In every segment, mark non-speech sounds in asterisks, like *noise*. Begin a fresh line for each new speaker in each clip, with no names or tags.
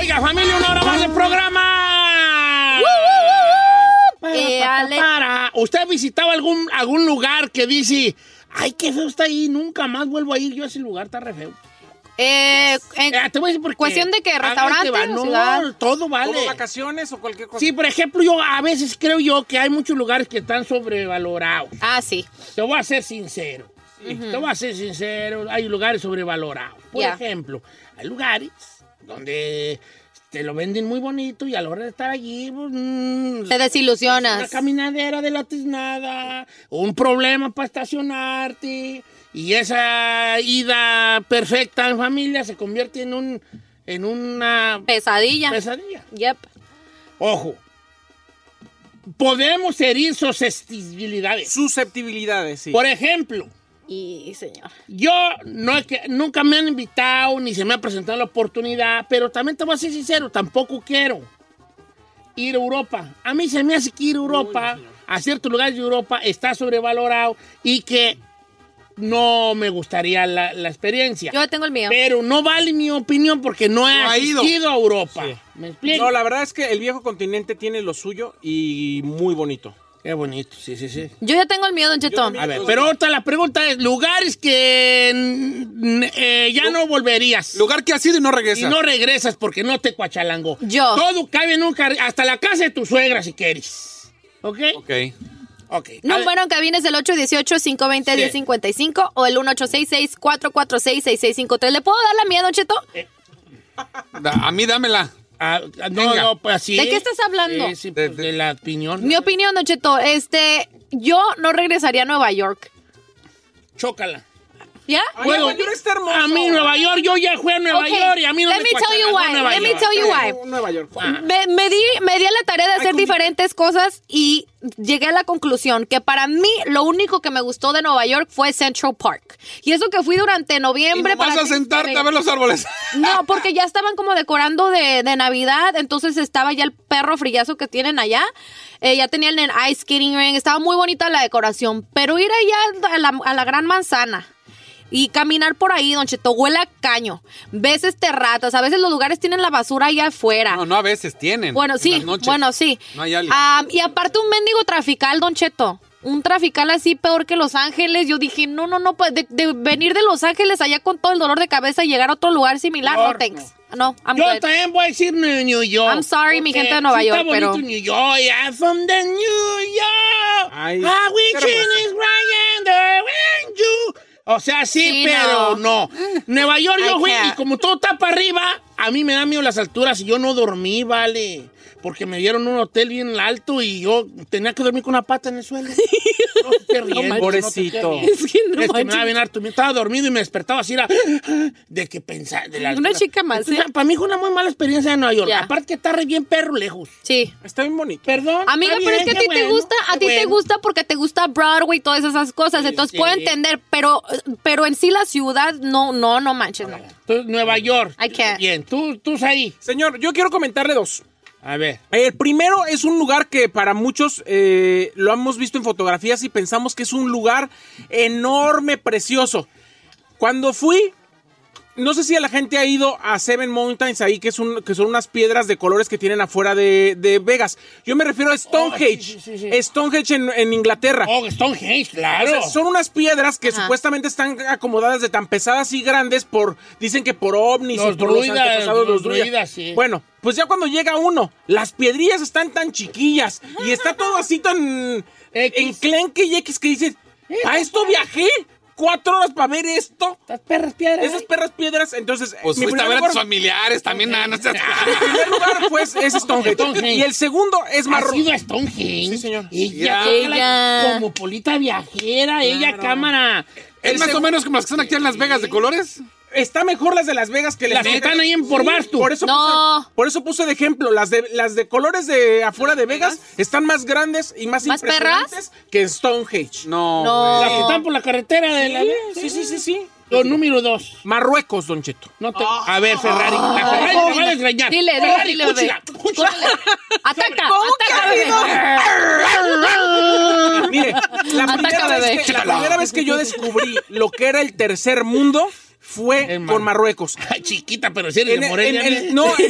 Oiga, familia, una hora más de programa. Para,
Eh,
pa, pa,
Ale-
para. ¿Usted ha visitado algún, algún lugar que dice, ay, qué feo está ahí, nunca más vuelvo a ir yo a ese lugar, está re feo?
Eh, en-
Eh, te voy a decir por qué.
¿Cuestión de qué?
Ah, ahí te
¿Restaurante
va.
o
No,
ciudad?
todo vale.
¿Como vacaciones o cualquier cosa?
Sí, por ejemplo, yo a veces creo yo que hay muchos lugares que están sobrevalorados.
ah, sí.
Te voy a ser sincero. Te voy a ser sincero. Hay lugares sobrevalorados. Por
Ya.
ejemplo, hay lugares donde te lo venden muy bonito y a la hora de estar allí, pues, mm,
Te
una
desilusionas.
caminadera de la tiznada, un problema para estacionarte. Y esa ida perfecta en familia se convierte en un en una
Pesadilla.
pesadilla.
Yep.
Ojo. Podemos herir susceptibilidades.
Susceptibilidades, sí.
Por ejemplo,
Y, señor.
yo no es que- nunca me han invitado ni se me ha presentado la oportunidad, pero también te voy a ser sincero, tampoco quiero ir a Europa. A mí se me hace que ir a Europa, a ciertos lugares de Europa, está sobrevalorado y que no me gustaría la, la experiencia.
Yo tengo el mío.
pero no vale mi opinión porque no he
No ha ido.
asistido a Europa.
Sí.
¿Me explico?
No, la verdad es que el viejo continente tiene lo suyo y muy bonito.
Qué bonito, sí, sí, sí.
Yo ya tengo el mío, Don Cheto.
A ver, pero ahorita la pregunta es, lugares que mm, eh, ya no volverías.
Lugar que ha sido y no
Y
regresa.
no regresas porque no te cuachalango.
Yo.
Todo cabe en un carri- Hasta la casa de tu suegra si quieres. ¿Ok?
Ok.
Ok. A ver,
Número en cabina es el 818-520-1055 o el 1866-446-6653. ¿Le puedo dar la mía, Don Cheto?
Eh,
Da- a mí dámela.
ah, ah, no,
Venga.
no, pues así.
¿De qué estás hablando?
Sí, sí, pues, de,
De-
la opinión.
Mi opinión, Don Cheto, este, yo no regresaría a Nueva York.
Chócala.
¿Ya?
Ay, Nueva York está hermoso.
A mí Nueva York, yo ya fui a Nueva
Ok,
York y a mí no
let
me
me tell you
cuachalangó
why,
Nueva
let me
York.
tell you why.
Nueva York.
Me, me di, me di a la tarea de hacer
con-
diferentes cosas y llegué a la conclusión que para mí lo único que me gustó de Nueva York fue Central Park. Y eso que fui durante noviembre
Vas
para
a sentarte a ver
Thanksgiving.
los árboles.
No, porque ya estaban como decorando de, de Navidad, entonces estaba ya el perro frillazo que tienen allá. Eh, ya tenían el ice skating ring, estaba muy bonita la decoración. Pero ir allá a la, a la gran manzana y caminar por ahí, Don Cheto, huele a caño. Ves este ratas, a veces los lugares tienen la basura allá afuera.
No, no, a veces tienen.
Bueno,
en
sí,
las noches.
bueno, sí.
No hay alguien.
Ah, y aparte un mendigo trafical, Don Cheto. Un trafical así peor que Los Ángeles. Yo dije, no, no, no, pues de, de venir de Los Ángeles allá con todo el dolor de cabeza y llegar a otro lugar similar,
Peor,
no thanks. No, I'm
Yo
good.
también voy a decir New New York.
I'm sorry, mi
Porque
gente de Nueva
sí
York,
está bonito
pero-
New York. I'm from the New York.
Ay,
Ah, we
qué
chin
hermoso.
is Ryan there and you. O sea, sí,
Sí,
pero no. Nueva York yo
I
fui y
can't.
como todo está para arriba, a mí me da miedo las alturas y yo no dormí, vale. Porque me dieron un hotel bien alto y yo tenía que dormir con una pata en el
*laughs*
suelo. No te ríes, no te
Pobrecito.
ríes.
*laughs* Es que *laughs* no
Es que me
manches.
daba bien harto. miedo. Estaba dormido y me despertaba así, era, *gasps* de que pensar. De la
Una
altura.
chica más,
Entonces,
¿eh?
Para mí fue una muy mala experiencia en Nueva York.
Ya.
Aparte que está re bien perro lejos.
Sí.
Está bien bonito.
Perdón.
Amiga,
está
pero
bien,
es que a ti
qué
te
bueno,
gusta, a
qué
ti te
bueno.
gusta porque te gusta Broadway y todas esas cosas. Entonces
sí.
puedo entender, pero, pero en sí la ciudad, no, no, no
*laughs*
manches, no.
Tú, Nueva York.
I can't.
Bien, tú, tú ahí.
Señor, yo quiero comentarle dos.
A ver.
El primero es un lugar que para muchos eh, lo hemos visto en fotografías y pensamos que es un lugar enorme, precioso. Cuando fui,
no sé si la gente ha ido a Seven Mountains ahí, que, es un- que son unas piedras de colores que tienen afuera de, de Vegas. Yo me refiero a Stonehenge.
Oh, sí, sí, sí, sí.
Stonehenge en, en Inglaterra.
Oh, Stonehenge,
O
claro.
sea, son unas piedras que
Ajá.
supuestamente están acomodadas de tan pesadas y grandes por, dicen que por ovnis
Los
y por los
druidas,
antepasados,
los
los druidas.
druidas, sí.
Bueno, pues ya cuando llega uno, las piedrillas están tan chiquillas y está todo así tan
X.
enclenque y X que dices, ¿a esto viajé? ¿Cuatro horas para ver esto?
Estas perras piedras.
Esas perras piedras, entonces...
Pues
mi
fuiste a
primer
ver a
lugar-
tus familiares también. ah, no
*laughs*
seas-
mi
*laughs*
primer lugar pues, es Stonehenge.
Stonehenge.
Y el segundo es
Ha
Marruecos.
sido a Stonehenge.
Sí, señor.
Ella,
Ya. Ella.
como polita viajera, ella cámara.
Es más o
seg-
menos como las que están aquí en Las Vegas de colores.
Está mejor las de Las Vegas que
Las que
Vegas.
están ahí en por Bastu.
Por eso,
No.
puse, por eso puse de ejemplo, las de, las de colores de afuera de Vegas están más grandes y más,
¿Más
impresionantes que Stonehenge.
No.
No.
güey.
Las que están por la carretera de la.
Sí, sí, sí, sí.
Los número dos.
Marruecos, Don Cheto.
No te- A ver, Ferrari. La Ferrari te va a desgreñar.
Ah. Dile, dile,
Ferrari,
dile, bebé.
cúchila, cúchila.
Ataca, ataca, bebé.
*laughs* Mire, la
Ataca,
primera,
bebé.
vez que, la primera vez que yo descubrí lo que era el tercer mundo fue
En Mar-
con Marruecos.
Ay, Chiquita, pero si eres
En
de
el-
Morelia.
en
¿eh?
el- no, en- te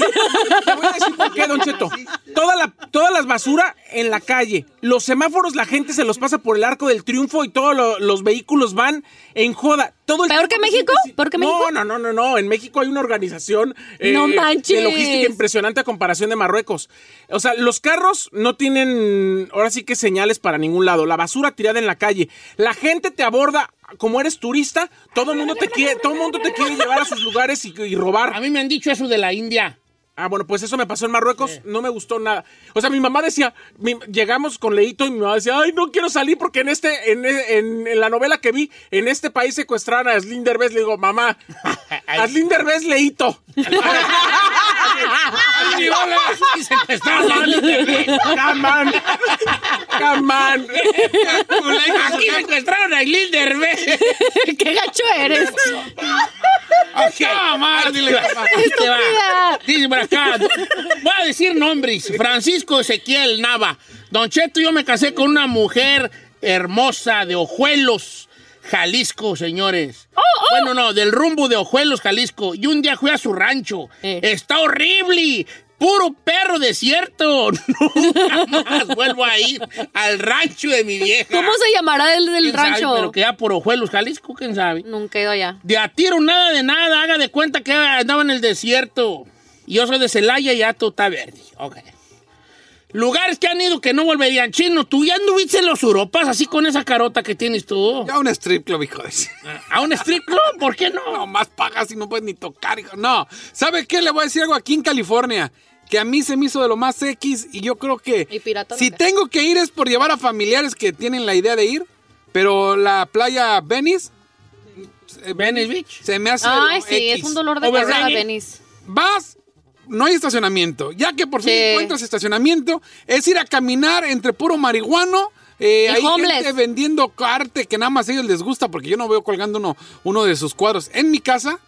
voy a decir por qué, Don Cheto. Toda la, todas las basura en la calle. Los semáforos, la gente se los pasa por el arco del triunfo y todos lo- los vehículos van en joda. Todo el
¿Peor que
tiempo te
México?
sientes-
¿Peor que
No,
México?
No, no, no, no. En México hay una organización eh,
No manches.
de logística impresionante a comparación de Marruecos. O sea, los carros no tienen ahora sí que señales para ningún lado. La basura tirada en la calle. La gente te aborda. Como eres turista, todo el mundo te quiere, todo el mundo te quiere llevar a sus lugares y- y robar.
A mí me han dicho eso de la India.
Ah, bueno, pues eso me pasó en Marruecos, no me gustó nada. O sea, mi mamá decía, mi- llegamos con Leito y mi mamá decía, ay, no quiero salir porque en este, en, en- en la novela que vi, en este país secuestraron a Slim Derbez. Le digo, mamá, a Slim Derbez, Leito.
¡Ay, bolas! Y se te está
*laughs*
hablando el internet.
Come on. *laughs* Come on.
Aquí secuestraron a Islín Derbez. *laughs*
¡Qué *laughs* gacho eres! Ah,
No, madre, *laughs* dile. Te Este va. Dice por acá. Voy a decir nombres. Francisco Ezequiel Nava. Don Cheto, yo me casé con una mujer hermosa de Ojuelos, Jalisco, señores.
Oh,
Bueno, no, del rumbo de Ojuelos, Jalisco. Y un día fui a su rancho.
Eh.
Está horrible. Puro perro desierto. *laughs* Nunca más vuelvo a ir al rancho de mi vieja.
¿Cómo se llamará el del
¿Quién sabe?
rancho?
Pero que ya por Ojuelos, Jalisco, quién sabe.
Nunca he ido allá.
De a tiro, nada de nada. Haga de cuenta que andaba en el desierto. Yo soy de Celaya y Ato está verde. Ok. Lugares que han ido que no volverían. Chino, tú ya anduviste en los Europas así con esa carota que tienes tú.
Ya un strip club, hijo de...
¿A un strip club? ¿Por qué no?
No, más pagas y no puedes ni tocar, hijo. No, ¿sabe qué? Le voy a decir algo aquí en California. Que a mí se me hizo de lo más X y yo creo que...
Y pirata
si
nunca.
tengo que ir es por llevar a familiares que tienen la idea de ir, pero la playa Venice... eh,
Venice Beach.
Se me hace... de lo
Ay, sí,
X.
es un dolor de cabeza,
Overrated.
Venice.
Vas, no hay estacionamiento. Ya que por fin
Sí.
encuentras estacionamiento, es ir a caminar entre puro marihuano. eh,
Y
hay
homeless.
gente vendiendo arte que nada más a ellos les gusta porque yo no veo colgando uno, uno de sus cuadros en mi casa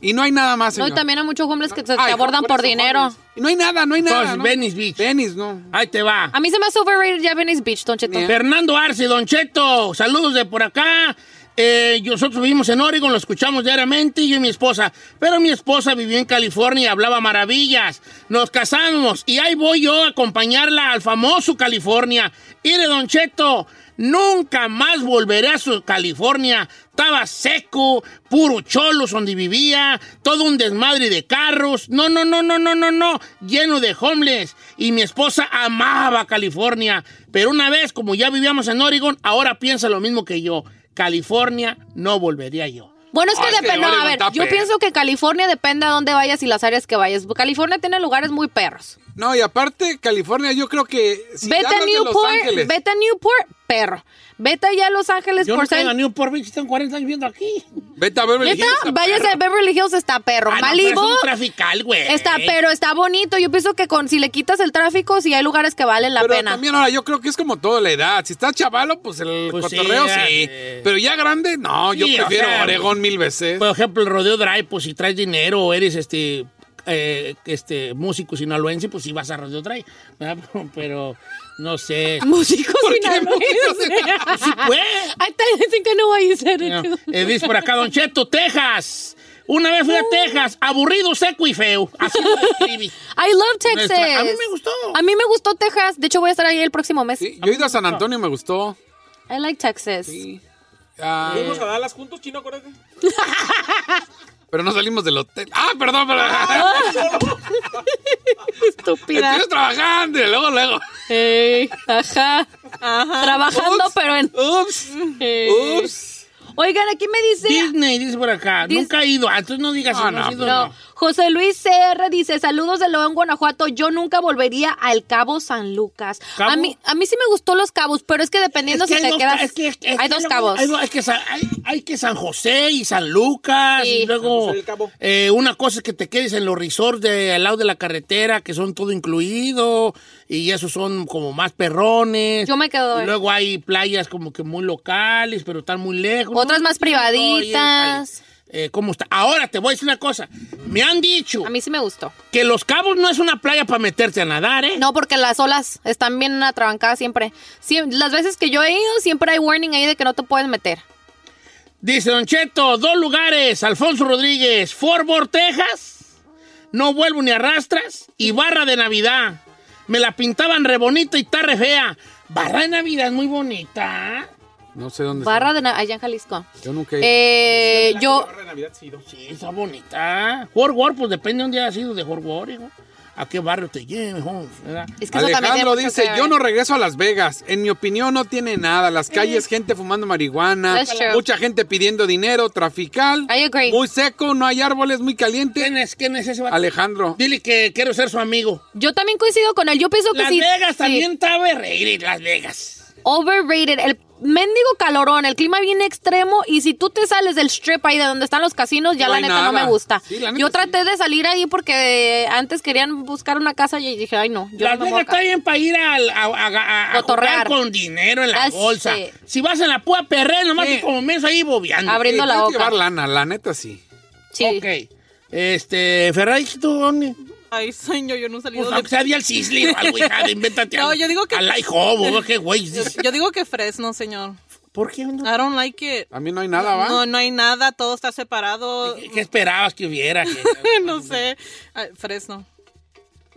y no hay nada más.
No, y
señor.
también hay muchos hombres que se
Ay,
te abordan
por
por
eso,
dinero.
homeless. No hay nada, no hay nada.
Entonces,
¿no?
Venice Beach.
Venice, no.
Ahí te va.
A mí se me hace overrated ya Venice Beach, Don Cheto.
Fernando Arce, Don Cheto, saludos de por acá. Eh, nosotros vivimos en Oregon, lo escuchamos diariamente, yo y mi esposa. Pero mi esposa vivió en California y hablaba maravillas. Nos casamos y ahí voy yo a acompañarla al famoso California. Mire, Don Cheto, nunca más volveré a su California. Estaba seco, puro cholos donde vivía, todo un desmadre de carros. No, no, no, no, no, no, no, lleno de homeless. Y mi esposa amaba California. Pero una vez, como ya vivíamos en Oregon, ahora piensa lo mismo que yo. California no volvería yo.
Bueno, es que
Ay, que
depende. No, a
Oregon
ver,
está
yo
perro.
pienso que California depende a dónde vayas y las áreas que vayas. California tiene lugares muy perros.
No, y aparte, California, yo creo que. Si
vete a
hablas de Los Ángeles,
Newport, vete a Newport, perro. Vete allá a Los Ángeles
Yo no
por
tengo
ser.
a Newport Beach, tengo 40 años viendo aquí.
vete a Beverly
Neta,
Hills, a
váyase a Beverly Hills, está perro.
Ah, no, pero
Malibu.
es un trafical, güey.
Está, pero está bonito. Yo pienso que con si le quitas el tráfico, si hay lugares que valen la
Pero
pena.
también ahora yo creo que es como toda la edad. Si estás chavalo, pues el
Pues sí,
cotorreo sí.
ya, eh.
Pero ya grande, no, yo
Sí, o
prefiero
sea,
Oregón mil veces.
Por ejemplo, el rodeo drive, pues si traes dinero o eres este eh, este músico sinaloense, pues si vas a rodeo drive. ¿verdad? *laughs* Pero, pero, no sé. *laughs*
Músicos
*laughs* ¿Por qué
*laughs* sinaloenses.
músicos?
Sí, pues.
I think I know why you said it,
No.
too.
Eh, dice por acá, Don Cheto, Texas. Una vez fui a Texas, aburrido, seco y feo. Así lo describí.
I love Texas.
Nuestra- a mí me gustó.
A mí me gustó Texas. De hecho, voy a estar ahí el próximo mes.
Sí, yo he ido a San Antonio y me gustó.
I like Texas.
Ah,
Fuimos a Dallas juntos, chino,
*laughs*
acuérdate.
pero no salimos del hotel. Ah, perdón, perdón.
Ah, Estúpida.
Estuvimos trabajando y luego, luego.
Ey, ajá. Trabajando,
Ups.
pero en.
Ups.
Ey.
Ups.
Oigan, aquí me dice.
Disney, dice por acá.
Dis-
Nunca he ido. Ah, entonces no digas si
Ah,
no, has
no,
pues,
ido, no.
No, José Luis CR dice, saludos de León, Guanajuato, yo nunca volvería al Cabo San Lucas.
¿Cabo?
A mí, a mí sí me gustó los cabos, pero es que dependiendo
Es que
si te
hay dos-
quedas...
es que- es que- es
hay
que
dos
luego-
cabos.
Hay, hay que, San- hay- hay que San José y San Lucas.
Sí.
Y luego,
San José del Cabo.
eh, una cosa es que te quedes en los resorts de, al lado de la carretera, que son todo incluido. Y esos son como más perrones.
Yo me quedo
Y
en-
luego hay playas como que muy locales, pero están muy lejos.
Otras más privaditas.
Oye, eh, ¿Cómo está? Ahora te voy a decir una cosa. Me han dicho
A mí sí me gustó.
que Los Cabos no es una playa para meterte a nadar, ¿eh?
No, porque las olas están bien atrabancadas siempre. Siem- las veces que yo he ido, siempre hay warning ahí de que no te puedes meter.
Dice Don Cheto, dos lugares, Alfonso Rodríguez, Fort Worth, Texas, no vuelvo ni arrastras, y Barra de Navidad. Me la pintaban re bonita y está re fea. Barra de Navidad es muy bonita.
No sé dónde.
Barra de... Na- Allá en Jalisco.
está. Yo nunca he
Eh, yo...
Ahora de Navidad sí, ¿no?
Sí, está bonita. Fort Worth, pues depende de dónde hayas ido de Fort Worth, hijo. A qué barrio te lleves, ¿verdad?
Es que eso también tiene
Alejandro
mucho
dice,
que
yo
ver.
no regreso a Las Vegas. En mi opinión no tiene nada. Las calles, gente fumando marihuana,
That's true.
mucha gente pidiendo dinero, trafical,
I agree.
muy seco, no hay árboles, muy caliente.
¿Quién es, quién es ese vato?
Alejandro,
Dile que quiero ser su amigo.
Yo también coincido con él. Yo pienso que
Las
pues sí.
Vegas
sí.
también está berreír, Las Vegas.
Overrated. El mendigo calorón, el clima bien extremo. Y si tú te sales del strip ahí de donde están los casinos, ya
No
la
hay
neta no
nada.
me gusta.
Sí, la neta
yo
sí.
traté de salir ahí porque antes querían buscar una casa y dije, ay no, yo
Las
no
Vegas
me voy acá.
está bien para ir al- a, a, a- a
Cotorrear. Ah,
jugar con dinero en la
That's
bolsa.
it.
Si vas en la púa perrera, nomás
Sí.
te como menso ahí bobeando.
Abre- Abriendo
Sí,
la
eh, tienes que
boca.
llevar lana, la neta sí.
Sí.
Ok. Este, Ferrari, ¿tú dónde?
Ay, sueño, yo no he salido
Pues
de...
aunque sea di al Sisley o algo,
*laughs*
hija, de, invéntate
No,
algo.
yo digo que-
Al
*laughs*
IHOP, o qué güey.
Yo, *laughs* yo digo Ah, que Fresno, señor.
¿Por qué no?
I don't like it.
¿Ah,
A mí no hay nada, ¿va?
No, no hay nada, todo está separado. *laughs*
¿Qué esperabas que hubiera? Que-
no sé. Ay, Fresno.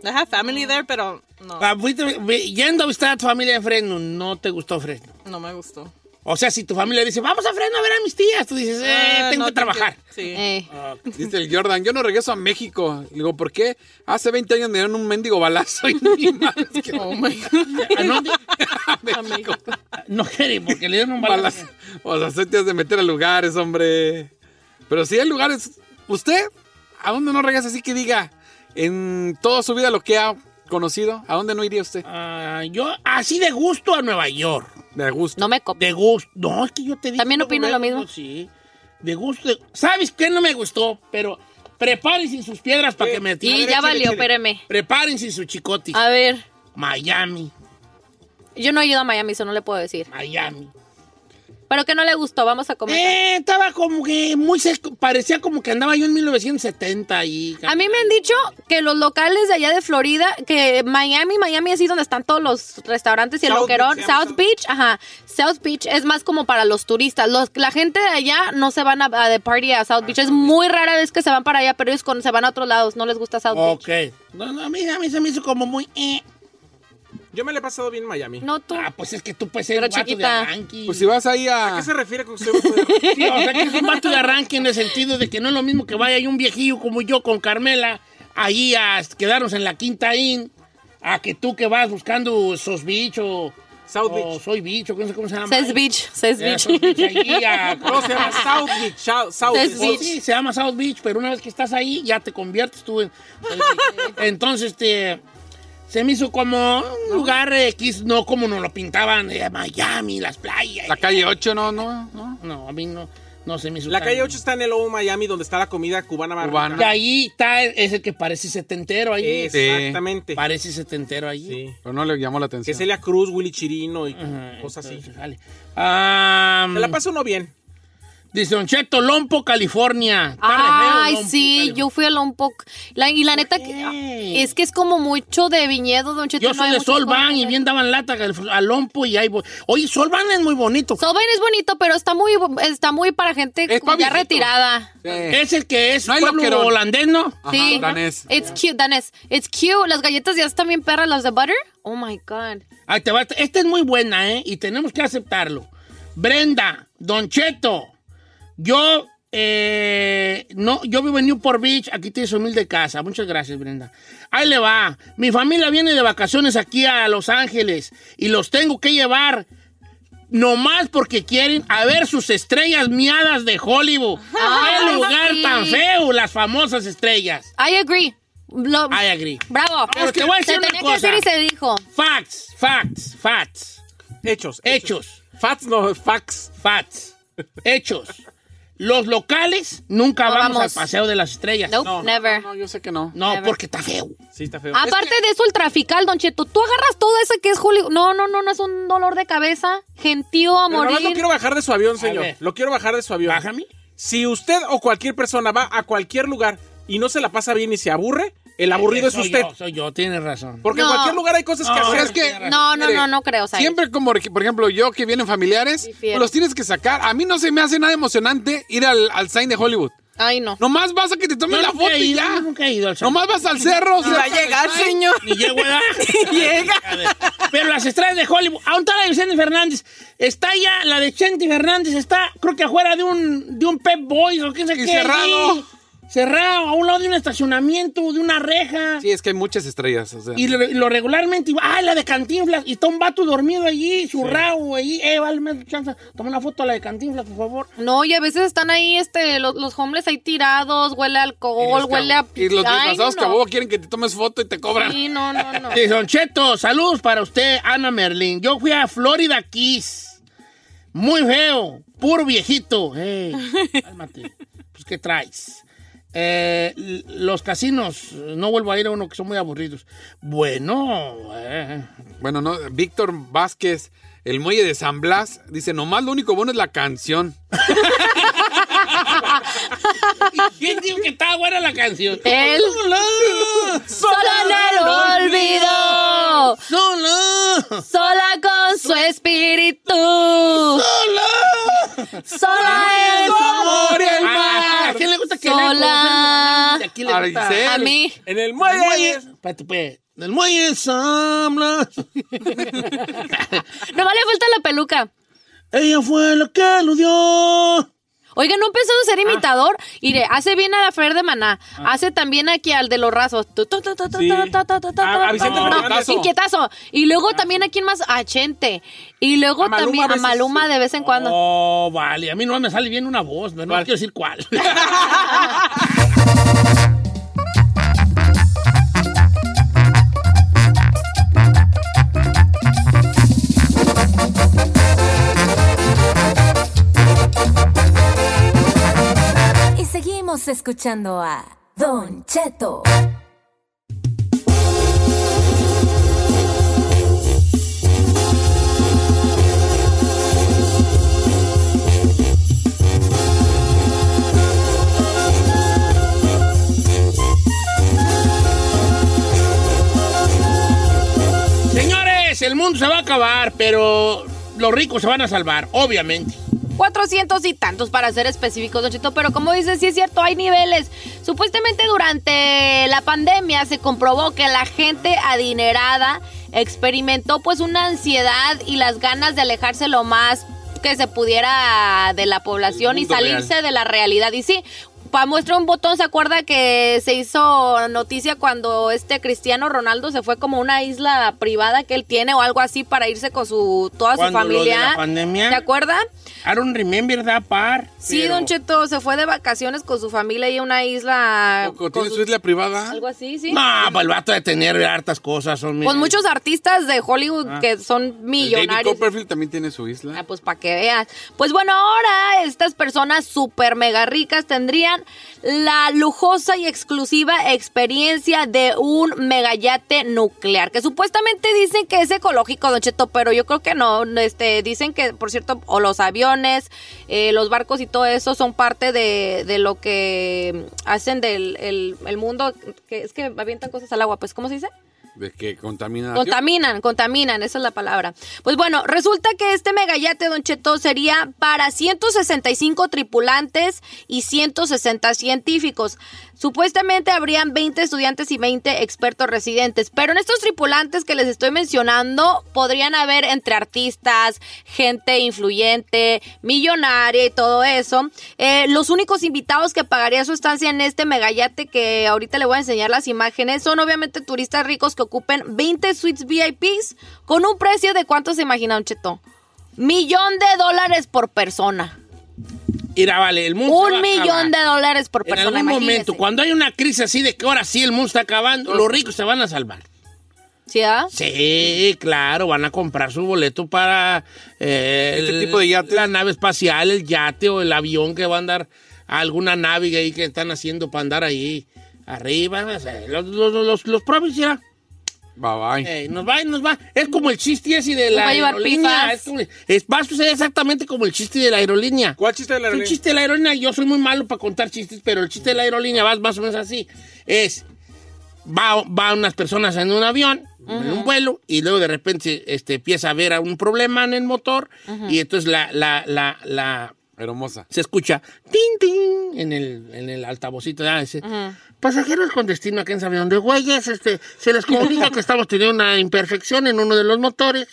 I have family there, pero no,
Ah, fuiste- ve- Yendo a visitar a tu familia de Fresno, no te gustó Fresno.
no me gustó.
O sea, si tu familia dice, vamos a Fresno a ver a mis tías, tú dices, eh,
Ah,
tengo
no,
que trabajar.
Sí.
Eh,
Dice el Jordan, yo no regreso a México. Le digo, ¿por qué? Hace 20 años me dieron un mendigo balazo y
*laughs*
ni madres que
Oh my *laughs* God.
Ah, no,
a México.
no queremos porque le dieron
*laughs*
un balazo.
Balazo. O sea, se te has de meter a lugares, hombre. Pero si hay lugares, ¿usted a dónde no regresa así que diga en toda su vida lo que ha conocido? ¿A dónde no iría usted?
Ah, yo, así de gusto a Nueva York.
De gusto.
no me copio.
De gusto. No, es que yo te dije.
También
luego,
opino lo
luego,
mismo.
Sí. De gusto. de- ¿Sabes qué no me gustó? Pero prepárense sus piedras para que me
Y
tiren.
ya valió, Ah. espérame.
Prepárense sus chicotis.
A ver,
Miami,
yo no he ido a Miami, eso no le puedo decir.
Miami.
Pero que no le gustó, vamos a comer.
Eh, estaba como que muy seco. Parecía como que andaba yo en 1970 y.
A mí me han dicho que los locales de allá de Florida, que Miami, Miami es ahí donde están todos los restaurantes y el
South
loquerón.
Beach, se llama
South Beach, ajá. South Beach es más como para los turistas. Los, la gente de allá no se van a, a de party a South Beach. Es muy rara vez que se van para allá, pero ellos con- se van a otros lados. No les gusta South
Ok.
Beach.
No, no, a, mí, a mí se me hizo como muy. eh.
Yo me la he pasado bien en Miami.
No tú.
Ah, pues es que tú puedes ser
Pero
un vato de
chiquita.
arranque.
Pues si vas ahí a.
¿A qué se refiere con usted?
*laughs*
Usted-
Sí, o sea, que es un vato de arranque en el sentido de que no es lo mismo que vaya ahí un viejillo como yo con Carmela ahí a quedarnos en la quinta in a que tú que vas buscando sos bicho
South
o
Beach.
soy bicho, no sé cómo se llama.
South Beach, South
Eh,
Beach.
South Beach, allí a-
*laughs*
No, se llama South Beach. South, South
Es
Beach.
Oh, sí, se llama South Beach, pero una vez que estás ahí ya te conviertes tú en... Entonces, este... Se me hizo como un lugar X, no como nos lo pintaban, eh, Miami, las playas.
La calle 8, no, no, no.
No, a mí no, no se me hizo
La
tan-
calle 8 está en el Old Miami, donde está la comida cubana más
Cubana.
De
rica.
ahí está, es el que parece setentero ahí.
Este.
Exactamente.
Parece setentero ahí.
Sí.
Pero no le llamó la
Que
atención.
Celia Cruz, Willy Chirino y
Ajá,
cosas así.
entonces, sale. Am,
Se la pasa uno bien.
Dice Don Cheto, Lompo, California. Está re feo,
Ay,
Lompo,
sí,
California.
yo fui a Lompoc. La- y la neta, que- es que es como mucho de viñedo, Don Cheto.
Yo
no
soy
hay
de
muchas
Solván
cosas.
y bien daban lata a Lompo y ahí voy. Oye, Solván es muy bonito.
Solván es bonito, pero está muy, está muy para gente
Es pa'
ya
viejitos.
retirada.
Sí.
es el que es
No hay
pueblo
loquerón.
holandés, ¿no?
Ajá,
sí.
danés.
It's cute, danés. It's cute. Las galletas ya están bien perras, las de butter. Oh my God.
Ahí te va. Esta es muy buena, ¿eh? Y tenemos que aceptarlo. Brenda, Don Cheto, yo, eh, no, yo vivo en Newport Beach, aquí tienes humilde casa. Muchas gracias, Brenda. Ahí le va. Mi familia viene de vacaciones aquí a Los Ángeles y los tengo que llevar. Nomás porque quieren a ver sus estrellas miadas de Hollywood.
Ah,
¡Qué lugar
sí.
tan feo! Las famosas estrellas.
I agree. Lo-
I agree.
Bravo.
Pero te voy a decir
se
una
tenía
cosa.
que decir y se dijo.
Facts, facts, facts.
Hechos.
Hechos.
Facts, no, facts.
Facts. Hechos. Los locales nunca
No
vamos,
vamos.
al paseo de las estrellas.
Nope, never.
No, yo sé que no.
No,
Never.
porque está feo.
Sí, está feo.
Aparte de eso, el trafical, Don Cheto. Tú agarras todo ese que es Julio. No, no, no, no es un dolor de cabeza. Gentío a
Pero nada más lo
morir.
quiero bajar de su avión, señor.
ver.
Lo quiero bajar de su avión.
Bájame.
Si usted o cualquier persona va a cualquier lugar y no se la pasa bien y se aburre, el aburrido es
Soy
usted.
Yo, soy yo, tienes razón.
Porque en
Eh, No.
cualquier lugar hay cosas que
No,
hacer.
es que-
Tiene razón.
No, no,
Mire,
no, no creo, Said.
Siempre como, por ejemplo, yo que vienen familiares, pues
Difiero.
los tienes que sacar. A mí no se me hace nada emocionante ir al, al sign de Hollywood.
Ay, no.
Nomás vas a que te tomen
Yo
la
nunca
foto
he
y
ido,
ya.
yo nunca he ido al
Nomás vas al cerro.
Va a llegar, señor.
Ni llego
*laughs*
a edad.
Llega.
A ver, Pero las estrellas de Hollywood. Aún está la de Vicente Fernández. Está ya la de Vicente Fernández. Está, creo que afuera de un, de un Pep Boys o qué sé
Y
qué.
cerrado.
ahí. Cerrado, a un lado de un estacionamiento, de una reja.
Sí, es que hay muchas estrellas. o sea.
Y lo, lo regularmente, iba, ah, la de Cantinflas, y está un vato dormido allí, zurrado, ahí, eh, vale, me da chance, toma una foto a la de Cantinflas, por favor.
No, y a veces están ahí este, los, los homeless ahí tirados, huele a alcohol, huele a...
Y los
Ay,
disfrazados
no.
que a huevo quieren que te tomes foto y te cobran.
Sí, no, no,
*laughs*
no.
Dice, Don Cheto, saludos para usted, Ana Merlin. Yo fui a Florida Keys, muy feo, puro viejito. Hey, cálmate, pues, ¿qué traes? Eh, l- los casinos, no vuelvo a ir a uno que son muy aburridos. Bueno, eh,
Bueno, no, Víctor Vázquez, el muelle de San Blas, dice, nomás lo único bueno es la canción.
*laughs* ¿quién dijo que estaba buena la canción?
Él. Solo en el olvido,
Solo.
sola con su espíritu, sola en su amor y el
Ah, ¿A
mar.
quién le gusta que
Sola.
le ¿A quién le
A
gusta?
Isel.
A mí.
En el
El muelle.
muelle.
Espérate, pues. El muelle Sambla.
No vale falta la peluca.
Ella fue la que lo dio.
Oiga, no he pensado en ser imitador. Iré, hace bien a la Fer de Maná. Hace también aquí al de los rasos. Tu, tu, tu, tu, tu,
Sí.
tu, tu, tu, tu, tu.
A- a Vicente
No,
Fernández.
Inquietazo. Y luego también a quién más. A Chente. Y luego
A Maluma a
también a
veces.
Maluma de vez en cuando.
Oh, vale. A mí no me sale bien una voz, pero no quiero decir cuál. *laughs*
Y seguimos escuchando a Don Cheto.
Señores, el mundo se va a acabar, pero los ricos se van a salvar, obviamente.
400 y tantos para ser específicos, Don Cheto, pero como dices, sí es cierto, hay niveles. Supuestamente durante la pandemia se comprobó que la gente adinerada experimentó pues una ansiedad y las ganas de alejarse lo más que se pudiera de la población
Del
y
mundo
salirse de la realidad. Y sí, para muestra un botón, ¿se acuerda que se hizo noticia cuando este Cristiano Ronaldo se fue como a una isla privada que él tiene o algo así para irse con su toda su
Cuando lo de la
familia?
pandemia.
¿Se acuerda?
I don't remember that part.
Sí,
pero-
Don Cheto, se fue de vacaciones con su familia y a una isla.
Poco,
con
¿Tienes
sus-
su isla privada?
Algo así, sí.
No, pues el vato de tener hartas cosas. Son
Con muchos artistas de Hollywood que son
Ah. El David
millonarios.
Copperfield también tiene su isla.
Ah, pues para que veas. Pues bueno, ahora estas personas súper mega ricas tendrían disfrutan la lujosa y exclusiva experiencia de un megayate nuclear, que supuestamente dicen que es ecológico, Don Cheto, pero yo creo que no. Este, dicen que, por cierto, o los aviones, eh, los barcos y todo eso son parte de, de lo que hacen del el, el mundo, que es que avientan cosas al agua, pues, ¿cómo se dice?
De que contamina.
Contaminan, contaminan, esa es la palabra. Pues bueno, resulta que este megayate, Don Cheto, sería para 165 tripulantes y 160 científicos. Supuestamente habrían 20 estudiantes y 20 expertos residentes, pero en estos tripulantes que les estoy mencionando podrían haber entre artistas, gente influyente, millonaria y todo eso. Eh, los únicos invitados que pagaría su estancia en este megayate que ahorita le voy a enseñar las imágenes son obviamente turistas ricos que ocupen 20 suites VIPs con un precio de cuánto se imagina un chetón. Millón de dólares por persona.
Mira, vale, el mundo. se va a
Un
acabar.
millón de dólares por
En
persona.
algún
imagínese.
momento, cuando hay una crisis así de que ahora sí el mundo está acabando, los ricos se van a salvar.
¿Sí,
*laughs*
ah?
Sí, claro, van a comprar su boleto para eh,
Este
el-
tipo de yates.
la nave espacial, el yate o el avión que va a andar a alguna nave ahí que están haciendo para andar ahí arriba. o sea, los, los, los, los propios ya.
Bye bye.
Eh, nos va, nos va. Es como el chiste ese de
va
la
a llevar
aerolínea.
pifas.
Es como- es- va a suceder exactamente como el chiste de la aerolínea.
¿Cuál chiste de la
Es un
aerolínea?
chiste de la aerolínea. Yo soy muy malo para contar chistes, pero el chiste de la aerolínea va más o menos así. Es, va, va unas personas en un avión, en un vuelo, y luego de repente este, empieza a haber un problema en el motor, y entonces la, la, la, la-
Hermosa.
se escucha tin, tin, en el, en el altavocito. ¿verdad? Dice, Pasajeros con destino a quién sabe dónde, güeyes, este, se les comunica que estamos teniendo una imperfección en uno de los motores.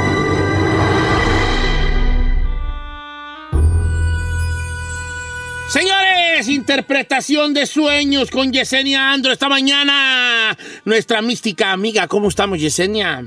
Señores, interpretación de sueños con Yesenia Andro esta mañana. Nuestra mística amiga, ¿cómo estamos, Yesenia?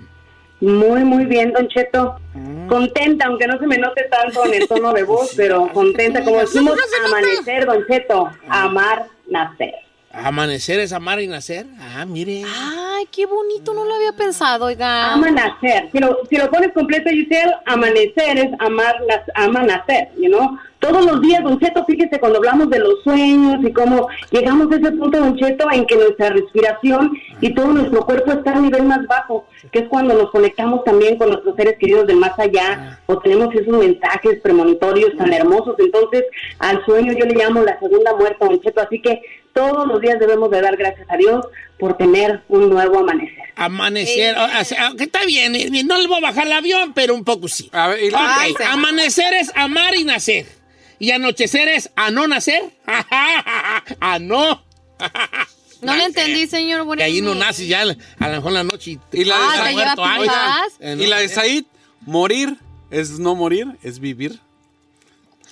Muy, muy bien, Don Cheto. Contenta, aunque no se me note tanto en el tono de voz, pero contenta. Como decimos, amanecer, Don Cheto. Amar, nacer.
Amanecer es amar y nacer. Ah, mire.
Ay, qué bonito, no lo había pensado, oiga.
Amanecer. Si lo, si lo pones completo, Giselle, amanecer es amar, las, amanecer, you know? Todos los días, Don Cheto, fíjese cuando hablamos de los sueños y cómo llegamos a ese punto, Don Cheto, en que nuestra respiración y todo nuestro cuerpo está a nivel más bajo, que es cuando nos conectamos también con nuestros seres queridos del más allá o tenemos esos mensajes premonitorios tan hermosos. Entonces, al sueño yo le llamo la segunda muerte, Don Cheto. Así que todos los días debemos de dar gracias a Dios por tener un nuevo amanecer.
Amanecer, o- o sea, que está bien, eh, no le voy a bajar el avión, pero un poco sí. Ok,
Ay, se-
Amanecer es amar y nacer. Y anochecer es a no nacer. *laughs* a no.
No le entendí, señor. what
Que
do you
ahí no
mean?
nace ya a a lo mejor en la noche. Y te-
Y la de
Ah, te
Said-
lleva a
Oiga,
pisadas.
Eh,
Y la de Said, morir es no morir, es vivir.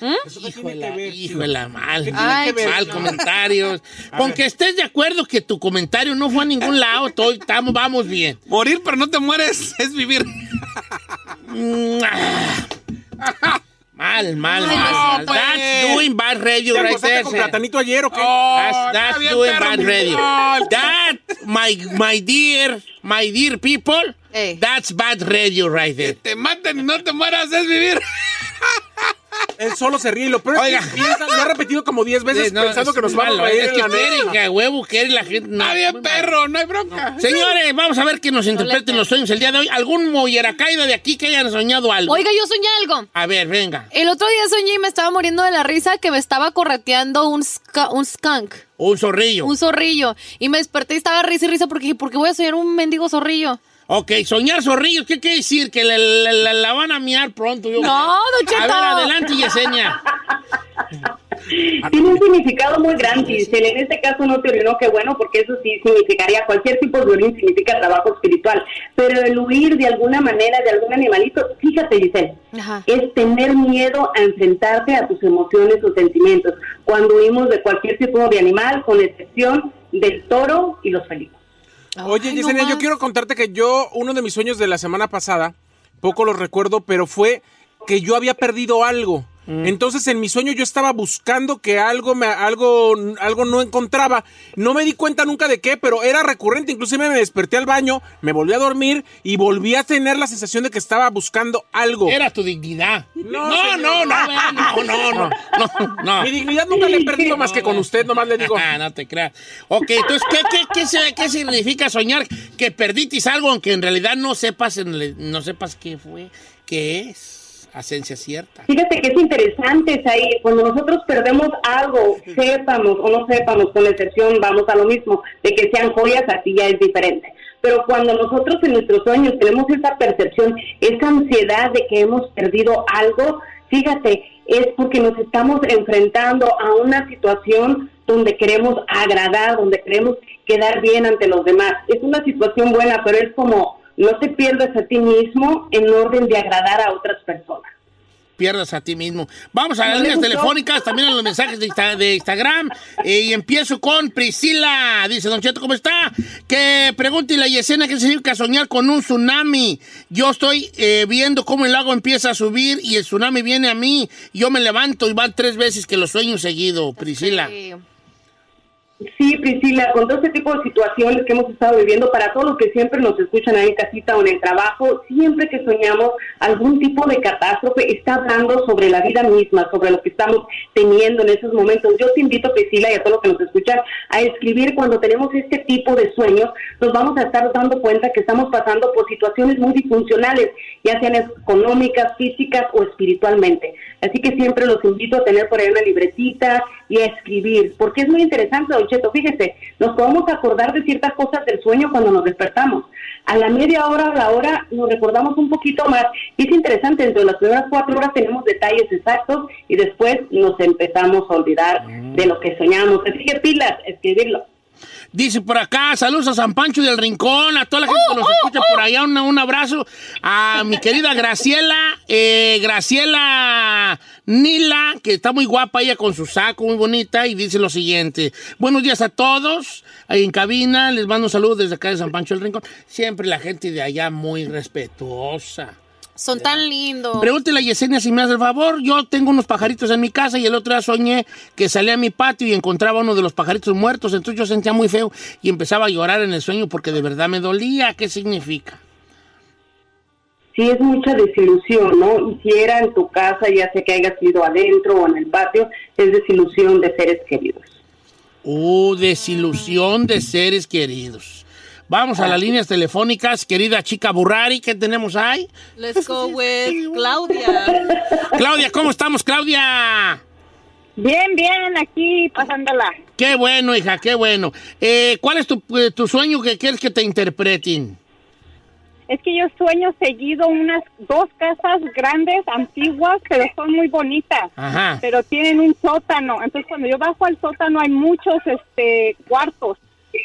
Hijo de la- hijo de la mal.
tiene que Ay, ver?
mal *laughs*
no.
comentarios. Con que estés de acuerdo que tu comentario no fue a ningún lado, todo- estamos, vamos
*laughs*
bien.
Morir, pero no te mueres, es vivir.
Mal, mal,
Ay,
mal.
no, pues.
That's doing bad radio
¿Te
right
acostaste
there,
con
sir.
platanito ayer o qué?
Oh,
Ah,
That's, that's doing bad radio. That, my, my dear, my dear people, that's bad radio right there.
Te maten y no te mueras, es vivir.
Él solo se ríe y lo peor es que
Oiga.
piensa- lo ha repetido como 10 veces
Sí, no,
pensando
es
que nos van
malo, ¿eh?
a reír
Es
en
que
la noche.
quieren, que a huevo quieren la gente. No,
Nadie
muy mal.
perro, no hay bronca.
Señores, vamos a ver que nos interpreten los sueños el día de hoy. ¿Algún moyeracaida de aquí que hayan soñado algo?
Oiga, yo soñé algo.
A ver, venga.
El otro día soñé y me estaba muriendo de la risa que me estaba correteando un, ska- un skunk,
Un zorrillo.
un zorrillo. Y me desperté y estaba risa y risa porque dije, ¿por qué voy a soñar un mendigo zorrillo?
Ok, soñar zorrillos, ¿qué quiere decir? Que la, la- la- la van a miar pronto. Yo
No, Don
A
Cheto.
ver, adelante,
*laughs*
Yesenia.
Tiene un significado muy grande, Giselle. En este caso no te orinó, qué bueno, porque eso sí significaría cualquier tipo de orín, significa trabajo espiritual. Pero el huir de alguna manera de algún animalito, fíjate, Giselle, es tener miedo a enfrentarte a tus emociones o sentimientos. Cuando huimos de cualquier tipo de animal, con excepción del toro y los felinos.
Oye, Yesenia, yo quiero contarte que yo, uno de mis sueños de la semana pasada, poco los recuerdo, pero fue que yo había perdido algo. Entonces en mi sueño yo estaba buscando que algo me algo algo no encontraba. No me di cuenta nunca de qué, pero era recurrente. Inclusive me desperté al baño, me volví a dormir y volví a tener la sensación de que estaba buscando algo.
Era tu dignidad.
No,
No,
señor,
no, no,
vea,
no, no, no, no.
Mi dignidad nunca la he perdido más que con usted, nomás le digo.
Ah, no te creas. Ok, entonces, ¿qué, qué, qué, se- qué significa soñar que perdiste algo aunque en realidad no sepas, en le- no sepas qué fue, qué es? A ciencia cierta.
Fíjate que es interesante, ahí cuando nosotros perdemos algo, sepamos o no sepamos, con excepción vamos a lo mismo, de que sean joyas, así ya es diferente. Pero cuando nosotros en nuestros sueños tenemos esa percepción, esa ansiedad de que hemos perdido algo, fíjate, es porque nos estamos enfrentando a una situación donde queremos agradar, donde queremos quedar bien ante los demás. Es una situación buena, pero es como no te pierdas a ti mismo en orden de agradar a otras personas.
pierdas a ti mismo. Vamos a las
No le
líneas
gustó.
telefónicas, también a los mensajes de, Insta- de Instagram. eh, y empiezo con Priscila. Dice, Don Cheto, ¿cómo está? Que pregúntele a Yesenia qué significa soñar con un tsunami. Yo estoy eh, viendo cómo el lago empieza a subir y el tsunami viene a mí. Yo me levanto y van tres veces que lo sueño seguido, Priscila.
Sí, Priscila, con todo este tipo de situaciones que hemos estado viviendo, para todos los que siempre nos escuchan ahí en casita o en el trabajo, siempre que soñamos algún tipo de catástrofe, está hablando sobre la vida misma, sobre lo que estamos teniendo en esos momentos. Yo te invito, Priscila, y a todos los que nos escuchan, a escribir cuando tenemos este tipo de sueños, nos vamos a estar dando cuenta que estamos pasando por situaciones muy disfuncionales, ya sean económicas, físicas o espiritualmente. Así que siempre los invito a tener por ahí una libretita y a escribir, porque es muy interesante, Don Cheto. Fíjese, nos podemos acordar de ciertas cosas del sueño cuando nos despertamos. A la media hora o la hora nos recordamos un poquito más. Y es interesante, dentro de las primeras cuatro horas tenemos detalles exactos y después nos empezamos a olvidar de lo que soñamos. Así que pilas, escribirlo.
Dice por acá, saludos a San Pancho del Rincón, a toda la gente que nos escucha por allá, una- un abrazo a mi querida Graciela, eh, Graciela Nila, que está muy guapa ella con su saco, muy bonita, y dice lo siguiente, buenos días a todos ahí en cabina, les mando un saludo desde acá de San Pancho del Rincón, siempre la gente de allá muy respetuosa.
Son tan lindos.
Pregúntele a Yesenia si me hace el favor. Yo tengo unos pajaritos en mi casa y el otro día soñé que salía a mi patio y encontraba uno de los pajaritos muertos. Entonces yo sentía muy feo y empezaba a llorar en el sueño porque de verdad me dolía. ¿Qué significa?
sí es mucha desilusión, ¿no? Y si era en tu casa, ya sea que hayas ido adentro o en el patio, es desilusión de seres queridos.
Uh, desilusión de seres queridos. Vamos a las líneas telefónicas, querida chica Burrari, ¿qué tenemos ahí?
Let's go with Claudia.
Claudia, ¿cómo estamos, Claudia?
Bien, bien, aquí pasándola.
Qué bueno, hija, qué bueno. Eh, ¿Cuál es tu, eh, tu sueño que quieres que te interpreten?
Es que yo sueño seguido unas dos casas grandes, antiguas, pero son muy bonitas.
Ajá.
Pero tienen un sótano. Entonces, cuando yo bajo al sótano hay muchos este cuartos.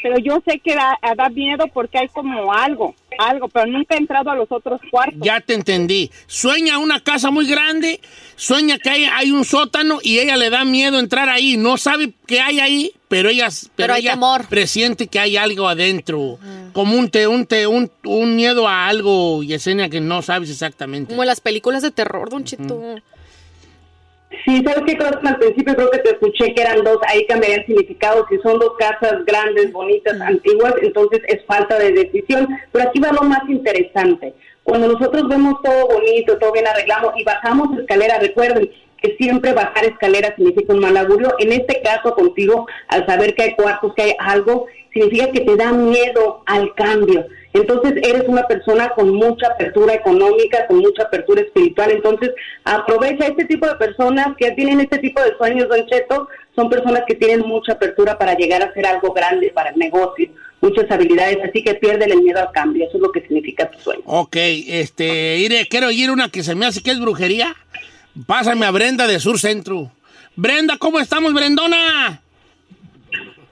Pero yo sé que da, ah, da miedo porque hay como algo, algo, pero nunca he entrado a los otros cuartos.
Ya te entendí. Sueña una casa muy grande, sueña que hay, hay un sótano y ella le da miedo entrar ahí. No sabe qué hay ahí, pero ella, pero
hay
ella
temor.
presiente que hay algo adentro. Como un, te, un, te- un, un miedo a algo, Yesenia, que no sabes exactamente.
Como en las películas de terror, don Chito.
Sí, ¿sabes qué? Creo que al principio creo que te escuché que eran dos, ahí cambiaría el significado. Si son dos casas grandes, bonitas, antiguas, entonces es falta de decisión. Pero aquí va lo más interesante. Cuando nosotros vemos todo bonito, todo bien arreglado y bajamos escalera, recuerden que siempre bajar escalera significa un mal augurio. En este caso contigo, al saber que hay cuartos, que hay algo, significa que te da miedo al cambio. Entonces eres una persona con mucha apertura económica, con mucha apertura espiritual. Entonces aprovecha este tipo de personas que tienen este tipo de sueños, Don Cheto. Son personas que tienen mucha apertura para llegar a hacer algo grande para el negocio, muchas habilidades. Así que pierden el miedo al cambio. Eso es lo que significa tu sueño.
Ok, este, iré, quiero oír una que se me hace que es brujería. Pásame a Brenda de Sur Centro. Brenda, ¿cómo estamos, Brendona?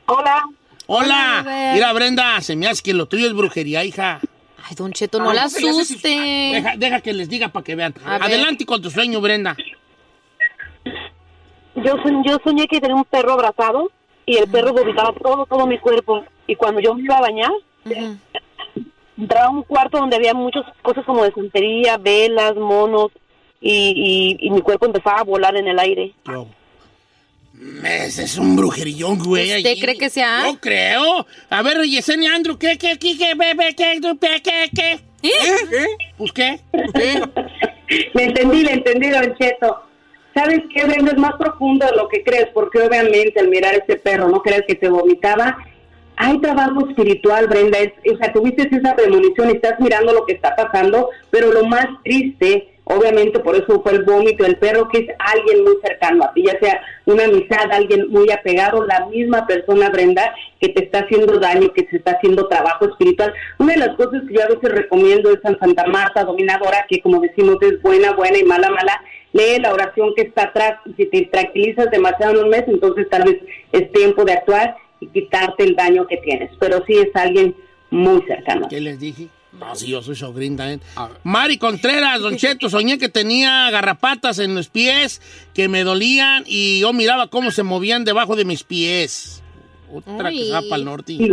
Hola.
Hola.
Hola, Robert.
Mira, Brenda, se me hace que lo tuyo es brujería, hija.
Ay, don Cheto, no
Ay,
la
no se le hace sus-
asuste.
Deja, deja que les diga para que vean.
A ver.
Adelante con tu sueño, Brenda.
Yo, soñ- yo soñé que tenía un perro abrazado y el perro vomitaba todo, todo mi cuerpo. Y cuando yo me iba a bañar, entraba a un cuarto donde había muchas cosas como de santería, velas, monos, y, y- y mi cuerpo empezaba a volar en el aire.
Ese es un brujerillón, güey.
¿Usted
allí.
cree que sea?
No creo. A ver, Yesenia Andrew, ¿qué, qué, qué, qué, bebé, qué, qué, qué, qué?
¿Eh?
Pues, ¿qué?
¿Eh?
Le entendí, le entendí, Don Cheto. ¿Sabes qué, Brenda? Es más profundo de lo que crees, porque obviamente al mirar a este perro, no creas que te vomitaba. Hay trabajo espiritual, Brenda. Es- o sea, tuviste esa premonición, estás mirando lo que está pasando, pero lo más triste, obviamente por eso fue el vómito del perro, que es alguien muy cercano a ti, ya sea una amistad, alguien muy apegado, la misma persona, Brenda, que te está haciendo daño, que se está haciendo trabajo espiritual. Una de las cosas que yo a veces recomiendo es San Santa Marta, dominadora, que como decimos es buena, buena y mala, mala. Lee la oración que está atrás y si te tranquilizas demasiado en un mes, entonces tal vez es tiempo de actuar y quitarte el daño que tienes. Pero sí es alguien muy cercano.
¿Qué les dije? Ah, No, sí, yo soy sobrina también. Mari Contreras, Don Cheto, soñé que tenía garrapatas en los pies que me dolían y yo miraba cómo se movían debajo de mis pies. Otra
Uy.
que va para el norte.
Sí.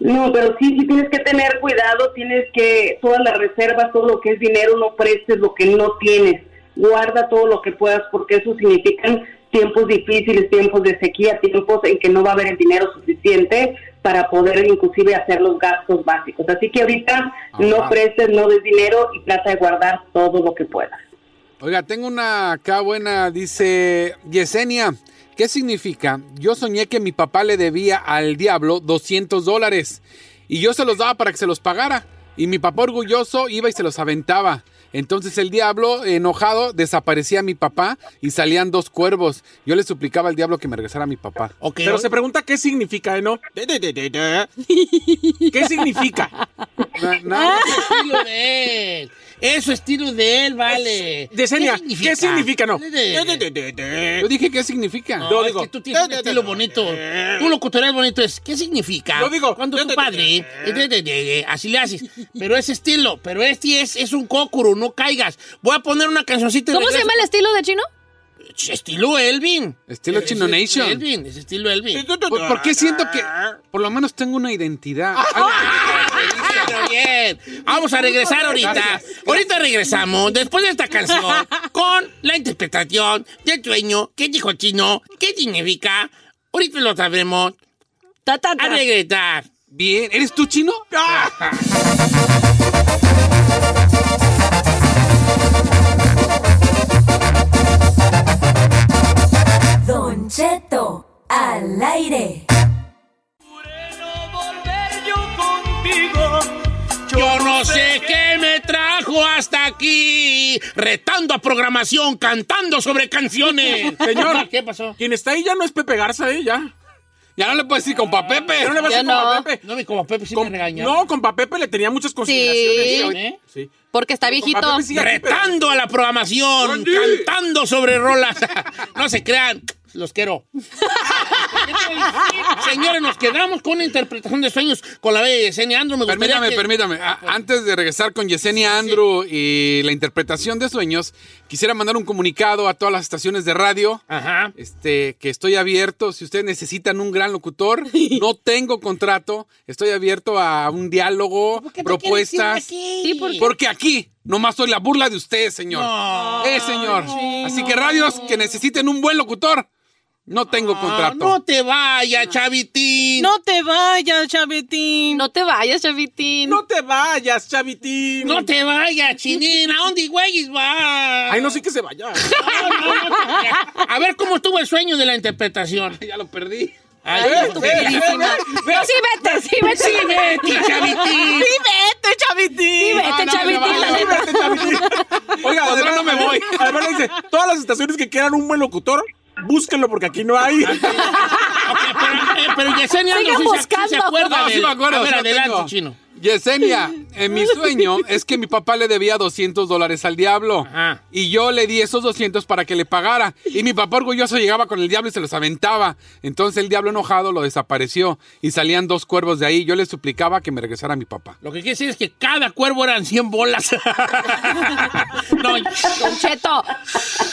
No, pero sí, sí tienes que tener cuidado, tienes que todas las reservas, todo lo que es dinero, no prestes lo que no tienes, guarda todo lo que puedas, porque eso significan tiempos difíciles, tiempos de sequía, tiempos en que no va a haber el dinero suficiente para poder inclusive hacer los gastos básicos. Así que ahorita no prestes, no des dinero y trata de guardar todo lo que puedas.
Oiga, tengo una acá buena, dice Yesenia. ¿Qué significa? Yo soñé que mi papá le debía al diablo 200 dólares y yo se los daba para que se los pagara. Y mi papá orgulloso iba y se los aventaba. Entonces el diablo, enojado, desaparecía a mi papá y salían dos cuervos. Yo le suplicaba al diablo que me regresara a mi papá.
*laughs* Pero
*laughs*
se pregunta qué significa, ¿eh, ¿no? De, de, de, de, de. ¿Qué significa?
Ah, ese estilo de él. Eso estilo de él, vale.
Yesenia, ¿qué significa? No.
De-
De, de,
de-
de, de.
Yo dije, ¿qué significa?
No,
Yo
es
digo,
que tú tienes un estilo bonito. Tú locutorías bonito es, ¿qué significa?
Eh. Yo digo, eh.
cuando tu padre, eh, de- de- de- de- así le haces. Pero ese estilo, pero este es, es un cócuro, no caigas. Voy a poner una cancioncita. y
¿Cómo se
regreso.
llama el estilo de chino?
Estilo Elvin.
Estilo
Es-
Chino
es-
Nation.
Elvin, es estilo Elvin. Ah.
¿Por, por qué siento que por lo menos tengo una identidad? Algo que me caracteriza.
Pero bien. Ah, bien. Vamos a regresar ahorita. Ahorita regresamos después de esta canción con la interpretación del sueño. ¿Qué dijo Chino? ¿Qué significa? Ahorita lo sabremos. A regresar.
Bien, ¿eres tú chino?
Ah.
Don Cheto, al aire.
Yo no sé qué me trajo hasta aquí, retando a programación, cantando sobre canciones.
*laughs* Señor,
¿qué pasó?
Quien está ahí ya no es Pepe Garza, ¿eh? Ya.
Ya no le puedes decir compa Pepe.
Ya no le vas a
Ya
decir compa
no.
Pepe.
No, mi compa Pepe sí me regañó.
No, compa Pepe le tenía muchas consideraciones.
¿Eh?
Sí.
Porque está viejito.
Compa Pepe sigue aquí, pero-
Retando a la programación, cantando sobre rolas. *laughs* no se crean, los quiero. *laughs* Señores, nos quedamos con la interpretación de sueños con la bella Yesenia Andro. Me gustaría
Permítame,
que- Ah,
permítame. A- antes de regresar con Yesenia Andrew y la interpretación de sueños, quisiera mandar un comunicado a todas las estaciones de radio.
Ajá.
Este, que estoy abierto. Si ustedes necesitan un gran locutor, no tengo contrato. Estoy abierto a un diálogo, propuestas.
Sí, porque...
Porque aquí nomás soy la burla de ustedes, señor. eh, señor. Así que radios que necesiten un buen locutor, no tengo contrato.
Ah, No te vayas, Chavitín.
No te vayas, Chavitín.
No te vayas, Chavitín.
No te vayas, Chavitín.
No te vayas, chinina. ¿A dónde güeyes va?
Ay, no sé que se vaya.
No, no, no. A ver cómo estuvo el sueño de la interpretación.
Ya lo perdí.
Ay,
Ve,
no,
ve,
estupidísima.
Sí, vete, sí, vete.
Sí, Betty, Chavitín.
*laughs* Sí, vete, Chavitín.
vete, Chavitín.
Vete, Chavitín. Oiga,
Pues ahora
además
no me voy.
Además dice, todas las estaciones que quieran un buen locutor, búsquenlo porque aquí no hay.
*laughs* Ok, pero, eh, pero Yesenia Andro
Sigan
sí se- sí se
buscando.
acuerda.
No,
de-
sí me acuerdo.
A ver,
sí lo
adelante,
tengo.
chino.
Yesenia, en
*laughs*
mi sueño es que mi papá le debía 200 dólares al diablo.
Ajá.
Y yo le di esos 200 para que le pagara. Y mi papá orgulloso llegaba con el diablo y se los aventaba. Entonces el diablo enojado lo desapareció. Y salían dos cuervos de ahí. Yo le suplicaba que me regresara mi papá.
Lo que quiere decir es que cada cuervo eran 100 bolas. *laughs* no,
Don Cheto,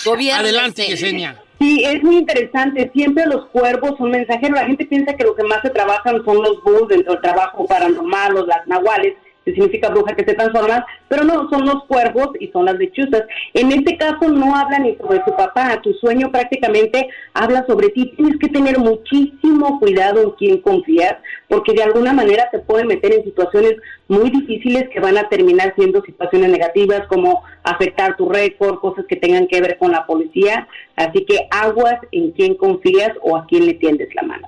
gobierno.
adelante, Yesenia.
Sí, es muy interesante. Siempre los cuervos son mensajeros. La gente piensa que lo que más se trabajan son los bulls dentro del trabajo paranormal, los las nahuales, que significa bruja que se transforman, pero no, son los cuervos y son las lechuzas. En este caso no habla ni sobre tu papá, tu sueño prácticamente habla sobre ti. Tienes que tener muchísimo cuidado en quién confiar, porque de alguna manera te pueden meter en situaciones muy difíciles que van a terminar siendo situaciones negativas, como afectar tu récord, cosas que tengan que ver con la policía. Así que aguas en quién confías o a quién le tiendes la mano.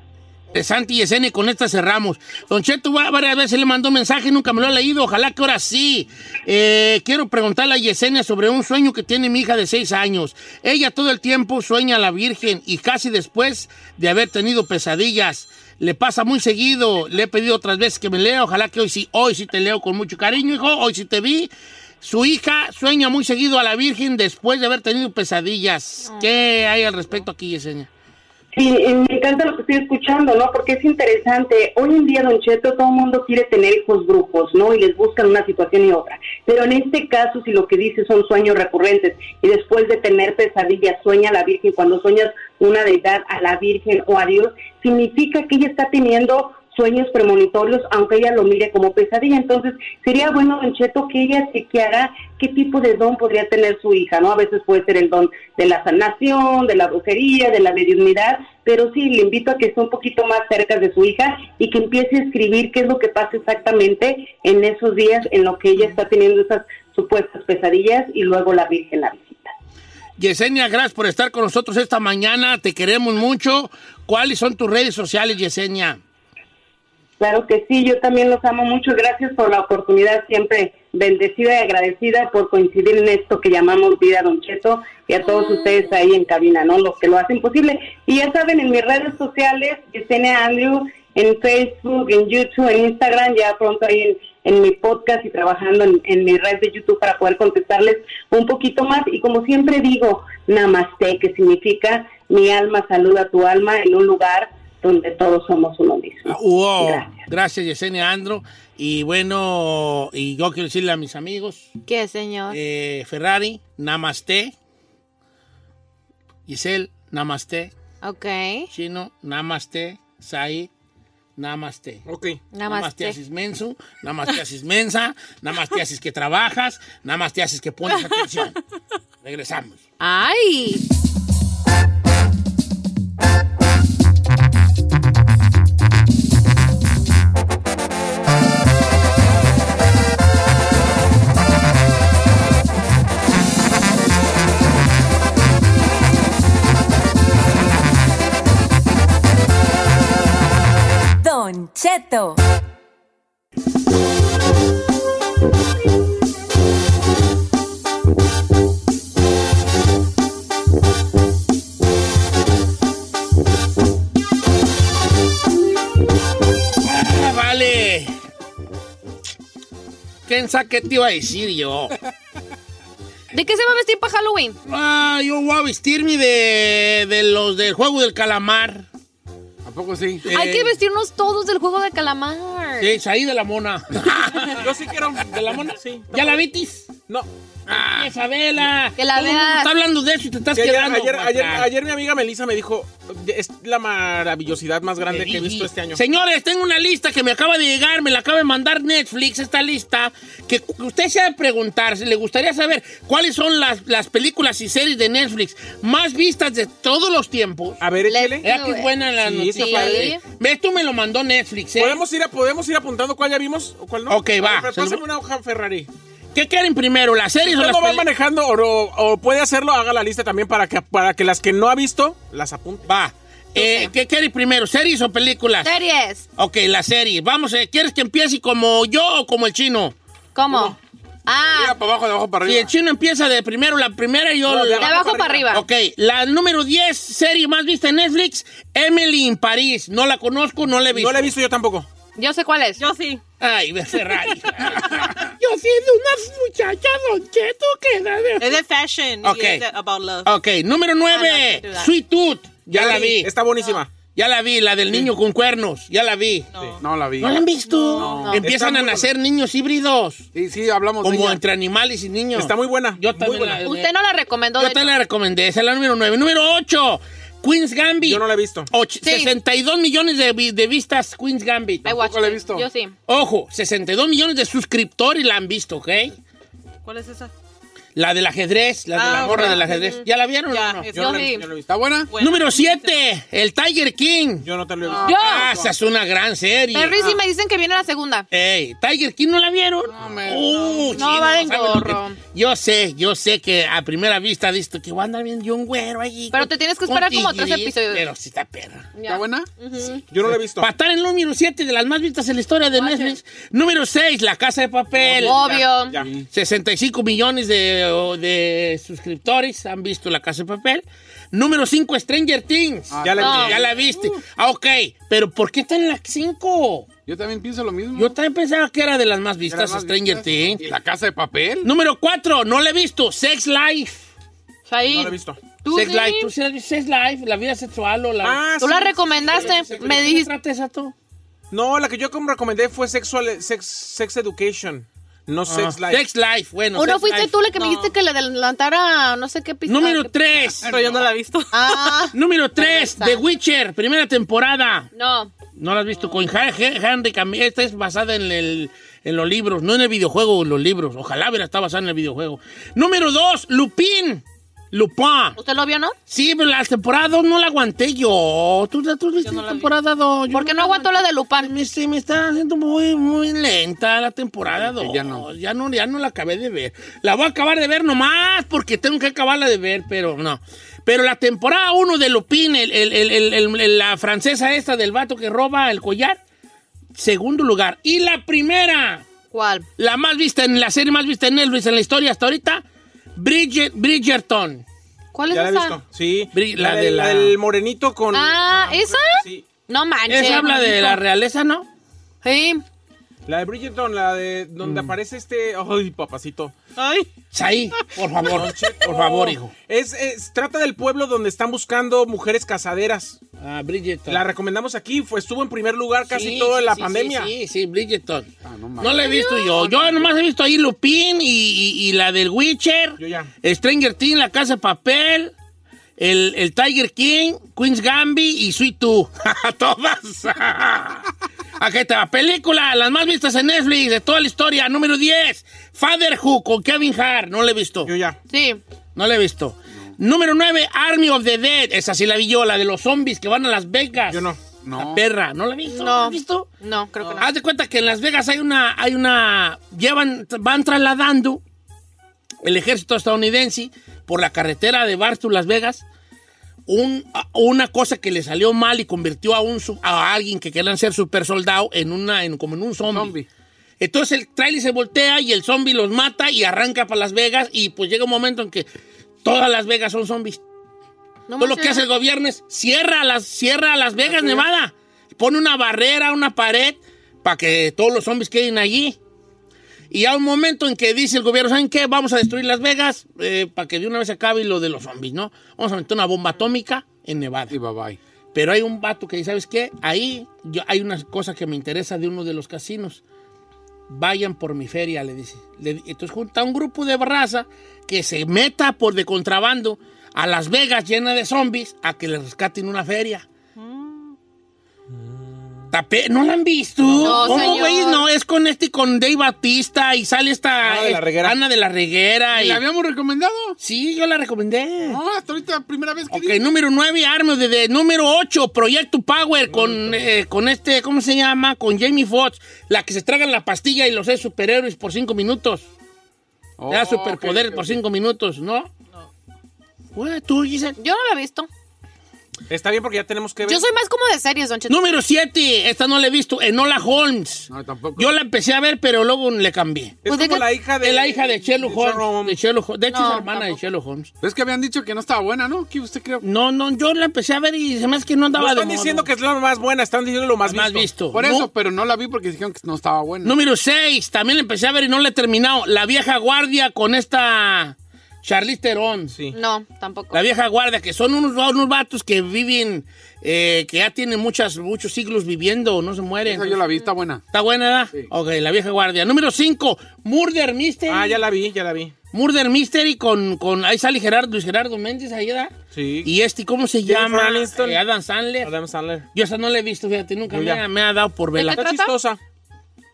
De Santi y Yesenia, y con esta cerramos. Don Cheto va- varias veces le mandó mensaje, nunca me lo ha leído, ojalá que ahora sí. Eh, quiero preguntarle a Yesenia sobre un sueño que tiene mi hija de seis años. Ella todo el tiempo sueña a la Virgen y casi después de haber tenido pesadillas. Le pasa muy seguido, le he pedido otras veces que me lea, ojalá que hoy sí, hoy sí te leo con mucho cariño, hijo, hoy sí te vi. Su hija sueña muy seguido a la Virgen después de haber tenido pesadillas. ¿Qué hay al respecto aquí, Yesenia?
Sí, eh, me encanta lo que estoy escuchando, ¿no? Porque es interesante. Hoy en día, Don Cheto, todo el mundo quiere tener hijos brujos, ¿no? Y les buscan una situación y otra. Pero en este caso, si lo que dice son sueños recurrentes y después de tener pesadillas, sueña a la Virgen, cuando sueñas una deidad a la Virgen o a Dios, significa que ella está teniendo sueños premonitorios, aunque ella lo mire como pesadilla. Entonces, sería bueno, Don Cheto, que ella chequeara qué tipo de don podría tener su hija, ¿no? A veces puede ser el don de la sanación, de la brujería, de la mediunidad, pero sí, le invito a que esté un poquito más cerca de su hija y que empiece a escribir qué es lo que pasa exactamente en esos días en lo que ella está teniendo esas supuestas pesadillas y luego la Virgen la visita.
Yesenia, gracias por estar con nosotros esta mañana. Te queremos mucho. ¿Cuáles son tus redes sociales, Yesenia?
Claro que sí, yo también los amo mucho. Gracias por la oportunidad, siempre bendecida y agradecida por coincidir en esto que llamamos vida, Don Cheto, y a todos ustedes ahí en cabina, ¿no? Los que lo hacen posible. Y ya saben, en mis redes sociales, Yesenia Andrew, en Facebook, en YouTube, en Instagram, ya pronto ahí en, en mi podcast y trabajando en, en mi red de YouTube para poder contestarles un poquito más. Y como siempre digo, namaste, que significa mi alma saluda a tu alma en un lugar donde todos somos uno mismo.
Wow.
Gracias.
Uh, oh, Gracias, Yesenia Andro. Y bueno, y yo quiero decirle a mis amigos,
¿Qué, señor?
eh, Ferrari, Namaste. Giselle, Namaste.
Ok.
Chino, Namaste. Sai, Namaste.
Ok.
Nada más te haces menso, nada más te haces mensa, nada más te haces que trabajas, nada más te haces que pones atención. Regresamos.
¡Ay!
Don Cheto.
Ah, vale. ¿Quién sabe qué te iba a decir yo?
¿De qué se va a vestir para Halloween?
Ah, yo voy a vestirme de, de los del juego del calamar.
¿A poco sí?
Eh,
Hay que vestirnos todos del juego de calamar.
Sí, es ahí de la mona.
*laughs* Yo sí quiero de la mona, sí.
¿Ya la vitis?
No.
Ah, Isabela.
Que la
Todo el mundo
veas.
Está hablando de eso y te estás
Sí, ayer,
quedando.
ayer,
guaca.
ayer- ayer mi amiga Melissa me dijo, es la maravillosidad más grande que he visto este año.
Señores, tengo una lista que me acaba de llegar, me la acaba de mandar Netflix, esta lista, que cu- usted se ha de preguntar, si le gustaría saber cuáles son las, las películas y series de Netflix más vistas de todos los tiempos.
A ver, échale.
Era que es buena la
Ah, Sí,
noticia.
está padre.
Ves, tú me lo mandó Netflix, ¿eh?
¿Podemos ir, a- ¿Podemos ir apuntando cuál ya vimos o cuál no?
Ok,
A
va.
ver,
Se
Pásame
lo-
una hoja Ferrari.
¿Qué quieren primero, las
Si
series o
usted
las
no va
peli-
manejando o, no- o puede hacerlo, haga la lista también para que, para que las que no ha visto las apunte.
Va. Eh, ¿Qué quieren primero, series o películas?
Series.
Ok, las series. Vamos, eh, ¿quieres que empiece como yo o como el chino?
¿Cómo? Ah,
Mira para abajo, de abajo para
Si el
arriba.
chino empieza de primero, la primera y yo...
No,
de
de
abajo para arriba.
Ok, la número 10 serie más vista en Netflix, Emily en París. No la conozco, no la he visto.
No la he visto yo tampoco.
Yo sé cuál es.
Yo sí.
Ay, Ferrari. *laughs* Yo soy de una muchacha, Don Cheto, que da de... *laughs*
Es de fashion.
Ok.
Y es de about love.
Ok, número 9,
Ah, no, sin duda.
Sweet Tooth. Ya, la vi.
Está buenísima.
Ya la vi, la del niño con cuernos. Ya la vi.
No.
No la vi.
¿No la han visto?
Está
Empiezan a
muy
nacer niños híbridos.
Sí, sí, hablamos de
Como
ella.
entre animales y niños.
Está muy buena.
Yo
muy
también
buena.
la-
Usted no la recomendó.
Yo
de
te
hecho.
la recomendé. Esa es la número 9. Número 8, Queen's Gambit.
Yo no la he visto.
Och-
Sí.
62 millones de, vi- de vistas Queen's Gambit.
I watched
la he
it.
visto.
Yo sí.
Ojo, 62 millones de suscriptores la han visto, ¿ok?
¿Cuál es esa?
La del ajedrez, la de
Ah,
la gorra
ok.
del ajedrez. ¿Ya la vieron? o
Ya,
no?
es-
Yo
no la he
sí.
visto, yo no la he visto.
¿Está buena?
Bueno.
Número 7, el Tiger King.
Yo no te lo he visto.
Yo.
Ah, esa es una gran serie.
Pero Rizzi me dicen que viene la segunda.
Ey, Tiger King no la vieron.
me-
Uh,
no.
sí,
No, va de
saben lo
engorro.
que- Yo sé, yo sé que a primera vista disto que va a andar viendo un güero allí.
Pero
con-
te tienes que
un
esperar como tres
tigre,
episodios.
Pero sí está perra.
¿Está buena?
Yo no la he visto.
Para estar en el número 7 de las más vistas en la historia de Netflix. Número 6, La Casa de Papel.
Obvio.
Ya.
65 millones de, o de suscriptores han visto La Casa de Papel. Número 5, Stranger Things.
Ya la
no.
vi.
Ya la viste. Ah, ok. Pero ¿por qué está en la 5?
Yo también pienso lo mismo.
Yo también pensaba que era de las más
Era
vistas,
más
Stranger
vistas.
Things.
¿Y la casa de papel?
Número 4, no la he visto, Sex Life.
Shahid,
No la he visto.
¿tú,
Sex
sí?
Life. ¿Tú sí has visto Sex Life? La vida sexual o la...
Ah,
Tú la
sí.
recomendaste. me
¿De qué
dijiste.
trata esa tú?
No, la que yo como recomendé fue Sexual Sex, sex Education, no Sex
Ah,
Life.
Sex Life, bueno.
¿O no
Sex
fuiste
Life.
tú la que me dijiste que le adelantara no sé qué pista?
Número
qué-
3.
Pero yo no la he visto.
Ah,
Número 3,
Vergüenza.
The Witcher, primera temporada.
no.
No la has visto con Ha- He- Henry Cavill. Esta es basada en, el- en los libros, no en el videojuego, en los libros. Ojalá hubiera estado basada en el videojuego. Número 2, Lupin. Lupin.
¿Usted lo vio, no?
Sí, pero la temporada dos no la aguanté yo. ¿Tú, tú viste la temporada 2?
¿Por qué no aguantó la de Lupin?
Me, se me está haciendo muy, muy lenta la temporada 2.
ya no.
Ya no, ya no la acabé de ver. La voy a acabar de ver nomás porque tengo que acabarla de ver, pero no. Pero la temporada 1 de Lupin, el- el- el- el- el- el- la francesa esta del vato que roba el collar, segundo lugar. Y la primera,
¿Cuál?
la más vista en la serie más vista en Netflix en la historia hasta ahorita, Bridget, Bridgerton.
¿Cuál es
ya la he
esa?
visto. Sí.
Bri- la de la-
del morenito con.
Ah, ¿esa?
Sí.
No manches.
Esa habla de la realeza, ¿no?
Sí.
La de Bridgerton, la de donde
Mm.
aparece este. Ay, papacito.
Ay.
Saí, Pues por favor, por favor, hijo.
Es, es- trata del pueblo donde están buscando mujeres casaderas.
Ah, Bridgerton.
La recomendamos aquí. Fue, estuvo en primer lugar casi
Sí,
toda
sí,
la
sí,
pandemia. Ah,
Sí, sí, sí, Bridgerton.
no
no,
mames.
la he visto yo. Yo nomás he visto ahí Lupin y, y- y la del Witcher.
Yo ya.
Stranger Things, La Casa de Papel. *laughs* El, el Tiger King, Queen's Gambit y Sweet Tooth. Todas. Aquí está, película, las más vistas en Netflix de toda la historia, número 10, Father Who con Kevin Hart, no la he visto. Yo ya.
Sí.
No la he visto. Número 9, Army of the Dead, esa sí la vi yo, la de los zombies que van a Las Vegas. Yo no. La perra, ¿no la vi?
No. ¿No has visto? No, creo que no.
Haz de cuenta que en Las Vegas hay una, hay una, llevan, van trasladando el ejército estadounidense por la carretera de Barstow, Las Vegas, un, a- una cosa que le salió mal y convirtió a, un, su- a alguien que querían ser super soldado en una, en, como en un zombie. Entonces el trailer se voltea y el zombie los mata y arranca para Las Vegas y pues llega un momento en que todas Las Vegas son zombies. Todo lo que hace el gobierno es cierra las, cierra Las Vegas, Nevada. Pone una barrera, una pared, para que todos los zombies queden allí. Y hay un momento en que dice el gobierno, ¿saben qué? Vamos a destruir Las Vegas eh, para que de una vez se acabe lo de los zombies, ¿no? Vamos a meter una bomba atómica en Nevada. Y bye bye. Pero hay un vato que dice, ¿sabes qué? Ahí yo- hay una cosa que me interesa de uno de los casinos. Vayan por mi feria, le dice. Le di- entonces junta un grupo de raza que se meta por de contrabando a Las Vegas llena de zombies a que le rescaten una feria.
Mm.
Tape- ¿No la han visto?
No,
¿Cómo,
señor.
güey? No, es con este, con Dave Batista y sale esta
Ana de la
eh,
Reguera.
Ana de la Reguera.
¿Y la habíamos
recomendado? Sí, yo la
Ah.
recomendé.
No, hasta ahorita la primera vez que
Ok, número 9, Army de, Número 8, Proyecto Power con, eh, con este, ¿cómo se llama? Con Jamie Foxx, la que se tragan la pastilla y los es superhéroes por 5 minutos. Le
Oh,
da superpoderes por 5 minutos, ¿no? Güey, ¿Tú, Giselle?
Yo no la he visto.
Está bien porque ya tenemos que ver.
Yo soy más como de series, Don Cheto.
Número 7, esta no la he visto, Enola Holmes. No, tampoco. Yo la empecé a ver, pero luego le cambié.
Es como la hija de...
Es la hija de Sherlock Holmes. De, Sherlock Holmes. De hecho,
No,
es hermana de Sherlock Holmes.
Es que habían dicho que no estaba buena, ¿no? Que usted creo.
No, no, yo la empecé a ver y se me hace que no andaba
No
de
están
moda.
diciendo que es la más buena, están diciendo lo más,
Más visto.
Por
No.
eso, pero no la vi porque dijeron que no estaba buena.
Número 6, también la empecé a ver y no la he terminado. La vieja guardia con esta Charlize Theron.
No, tampoco.
La vieja guardia, que son unos, unos vatos que viven, eh, que ya tienen muchas, muchos siglos viviendo, no se mueren.
Esa yo la vi, está buena.
¿Está buena, edad? Ok, la vieja guardia. Número 5, Murder Mystery.
Ah, ya la vi, ya la vi.
Murder Mystery con, con ahí sale Gerardo, Luis Gerardo Méndez, ahí edad.
Sí.
Y este, ¿cómo se
Jennifer
llama?
Aniston.
Eh, Adam Sandler.
Adam Sandler.
Yo esa no la he visto, fíjate, nunca
Yo
me
ya.
ha, me ha dado por verla.
Está chistosa.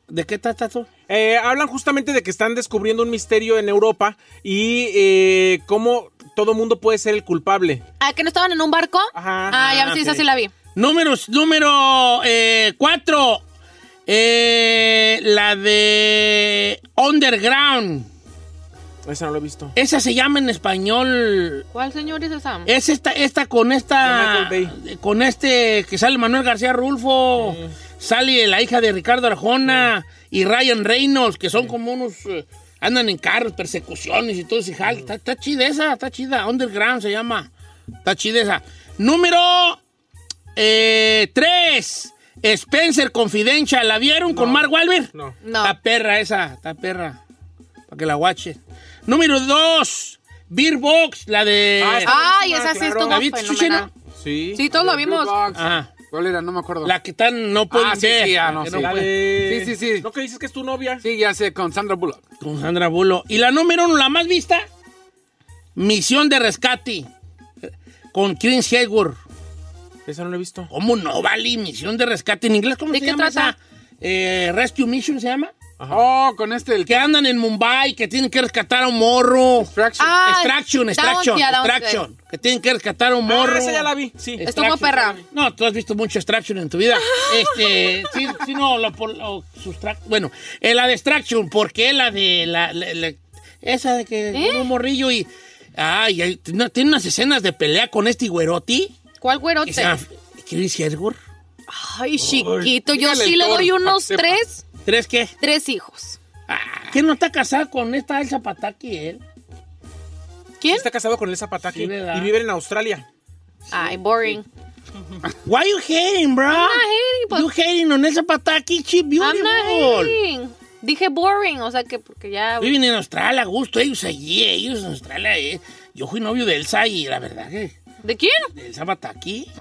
¿De qué trata tú?
Eh, hablan justamente de que están descubriendo un misterio en Europa y eh, cómo todo mundo puede ser el culpable.
Ah, que no estaban en un barco. Ah, ya
Ah,
sí,
ok.
esa sí la vi.
Números, número 4. la de Underground.
Esa no la he visto.
Esa se llama en español.
¿Cuál señor es esa?
Es esta, esta con esta. Con este que sale Manuel García Rulfo. Sale la hija de Ricardo Arjona y Ryan Reynolds, que son como unos. eh, andan en carros, persecuciones y todo ese jal. Está, está chida esa, está chida. Underground se llama. Está chida esa. Número 3. Spencer Confidential. ¿La vieron con Mark Wahlberg?
No.
No.
Está perra esa, está perra. Para que la guache. Número 2. Beer Box, la de.
Ah, está Ay, buenísima, esa sí claro. estuvo
¿La viste,
fenomenal.
Chuchena?
Sí.
Sí, todos lo vimos.
Ajá.
¿Cuál era? No me acuerdo.
La que tan no pueden
ah, sí,
ver,
sí, ah,
la
no,
que
sí.
no pueden.
sí, sí, sí.
Lo que dices que es tu novia.
Sí, ya sé, con Sandra Bullock.
Con Sandra Bullock. Y la número uno, la más vista. Misión de rescate. Con Chris Hayward.
Esa no la he visto.
¿Cómo no, Vale? Misión de rescate. ¿En inglés cómo
¿De
se
qué
llama
trata?
esa? Eh, Rescue Mission se llama.
Oh, con este. El...
Que andan en Mumbai, que tienen que rescatar a un morro.
Extraction.
Ah,
extraction,
Down-
extraction,
yeah, Down-
extraction. Que tienen que rescatar a un morro.
Ah, esa ya la vi, sí.
Estuvo
Extraction.
perra.
No, tú has visto mucho Extraction en tu
*laughs*
vida. Este, sí, sí, no, lo, por- lo sustract- Bueno, eh, la de Extraction, porque la de la, la- la- esa de
¿Eh?
que un morrillo y ay, ay, no, tiene unas escenas de pelea con este güeroti.
¿Cuál
que
güerote?
se llama- Chris Hemsworth.
Ay, chiquito. Yo
dígale
sí
el
le
toro,
doy
para
unos
que sepa.
tres,
¿Tres qué?
tres hijos.
¿Quién no está casada con esta Elsa Pataki él?
¿Quién?
Está casado con el Zapataki
Sí, ¿verdad?
y viven en Australia.
Ay, boring.
Why you hating, bro?
I'm not hating, pues.
You hating on Elsa Pataki, she
I'm not
beautiful.
hating. Dije boring, o sea que porque ya.
Viven en Australia, a gusto, ellos allí, ellos en Australia. eh. Yo fui novio de Elsa y la verdad que
¿De quién?
Elsa Bataki,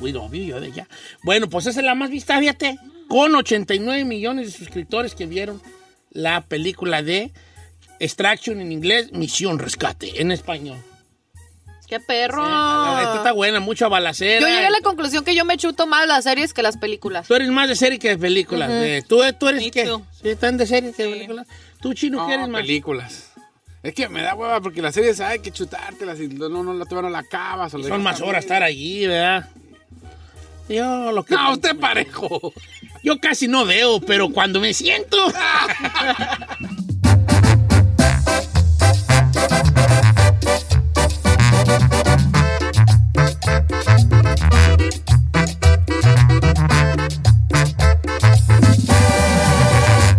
fui novio yo de ella. Bueno, pues esa es la más vista, fíjate, con 89 millones de suscriptores que vieron la película de Extraction en inglés, Misión Rescate, en español.
¡Qué perro!
La neta está buena, mucho a balacera.
Ah. Yo llegué a la conclusión que yo me chuto más las series que las películas.
Tú eres más de serie que de películas.
Ujú.
eh. ¿Tú, tú eres
Me
qué?
too.
¿Sí, tan de serie que de películas? ¿Tú, chino, qué eres más?
películas. Es que me da hueva porque las series hay que chutártelas y no, no, no, la- todavía no la acabas. o
Son
la dejas
más horas estar
también.
allí, ¿verdad? Yo lo que...
No, usted parejo.
Yo casi no veo, pero cuando me siento...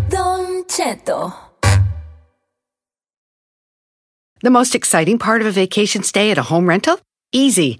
Don Cheto.
The most exciting part of a vacation stay at a home rental? Easy.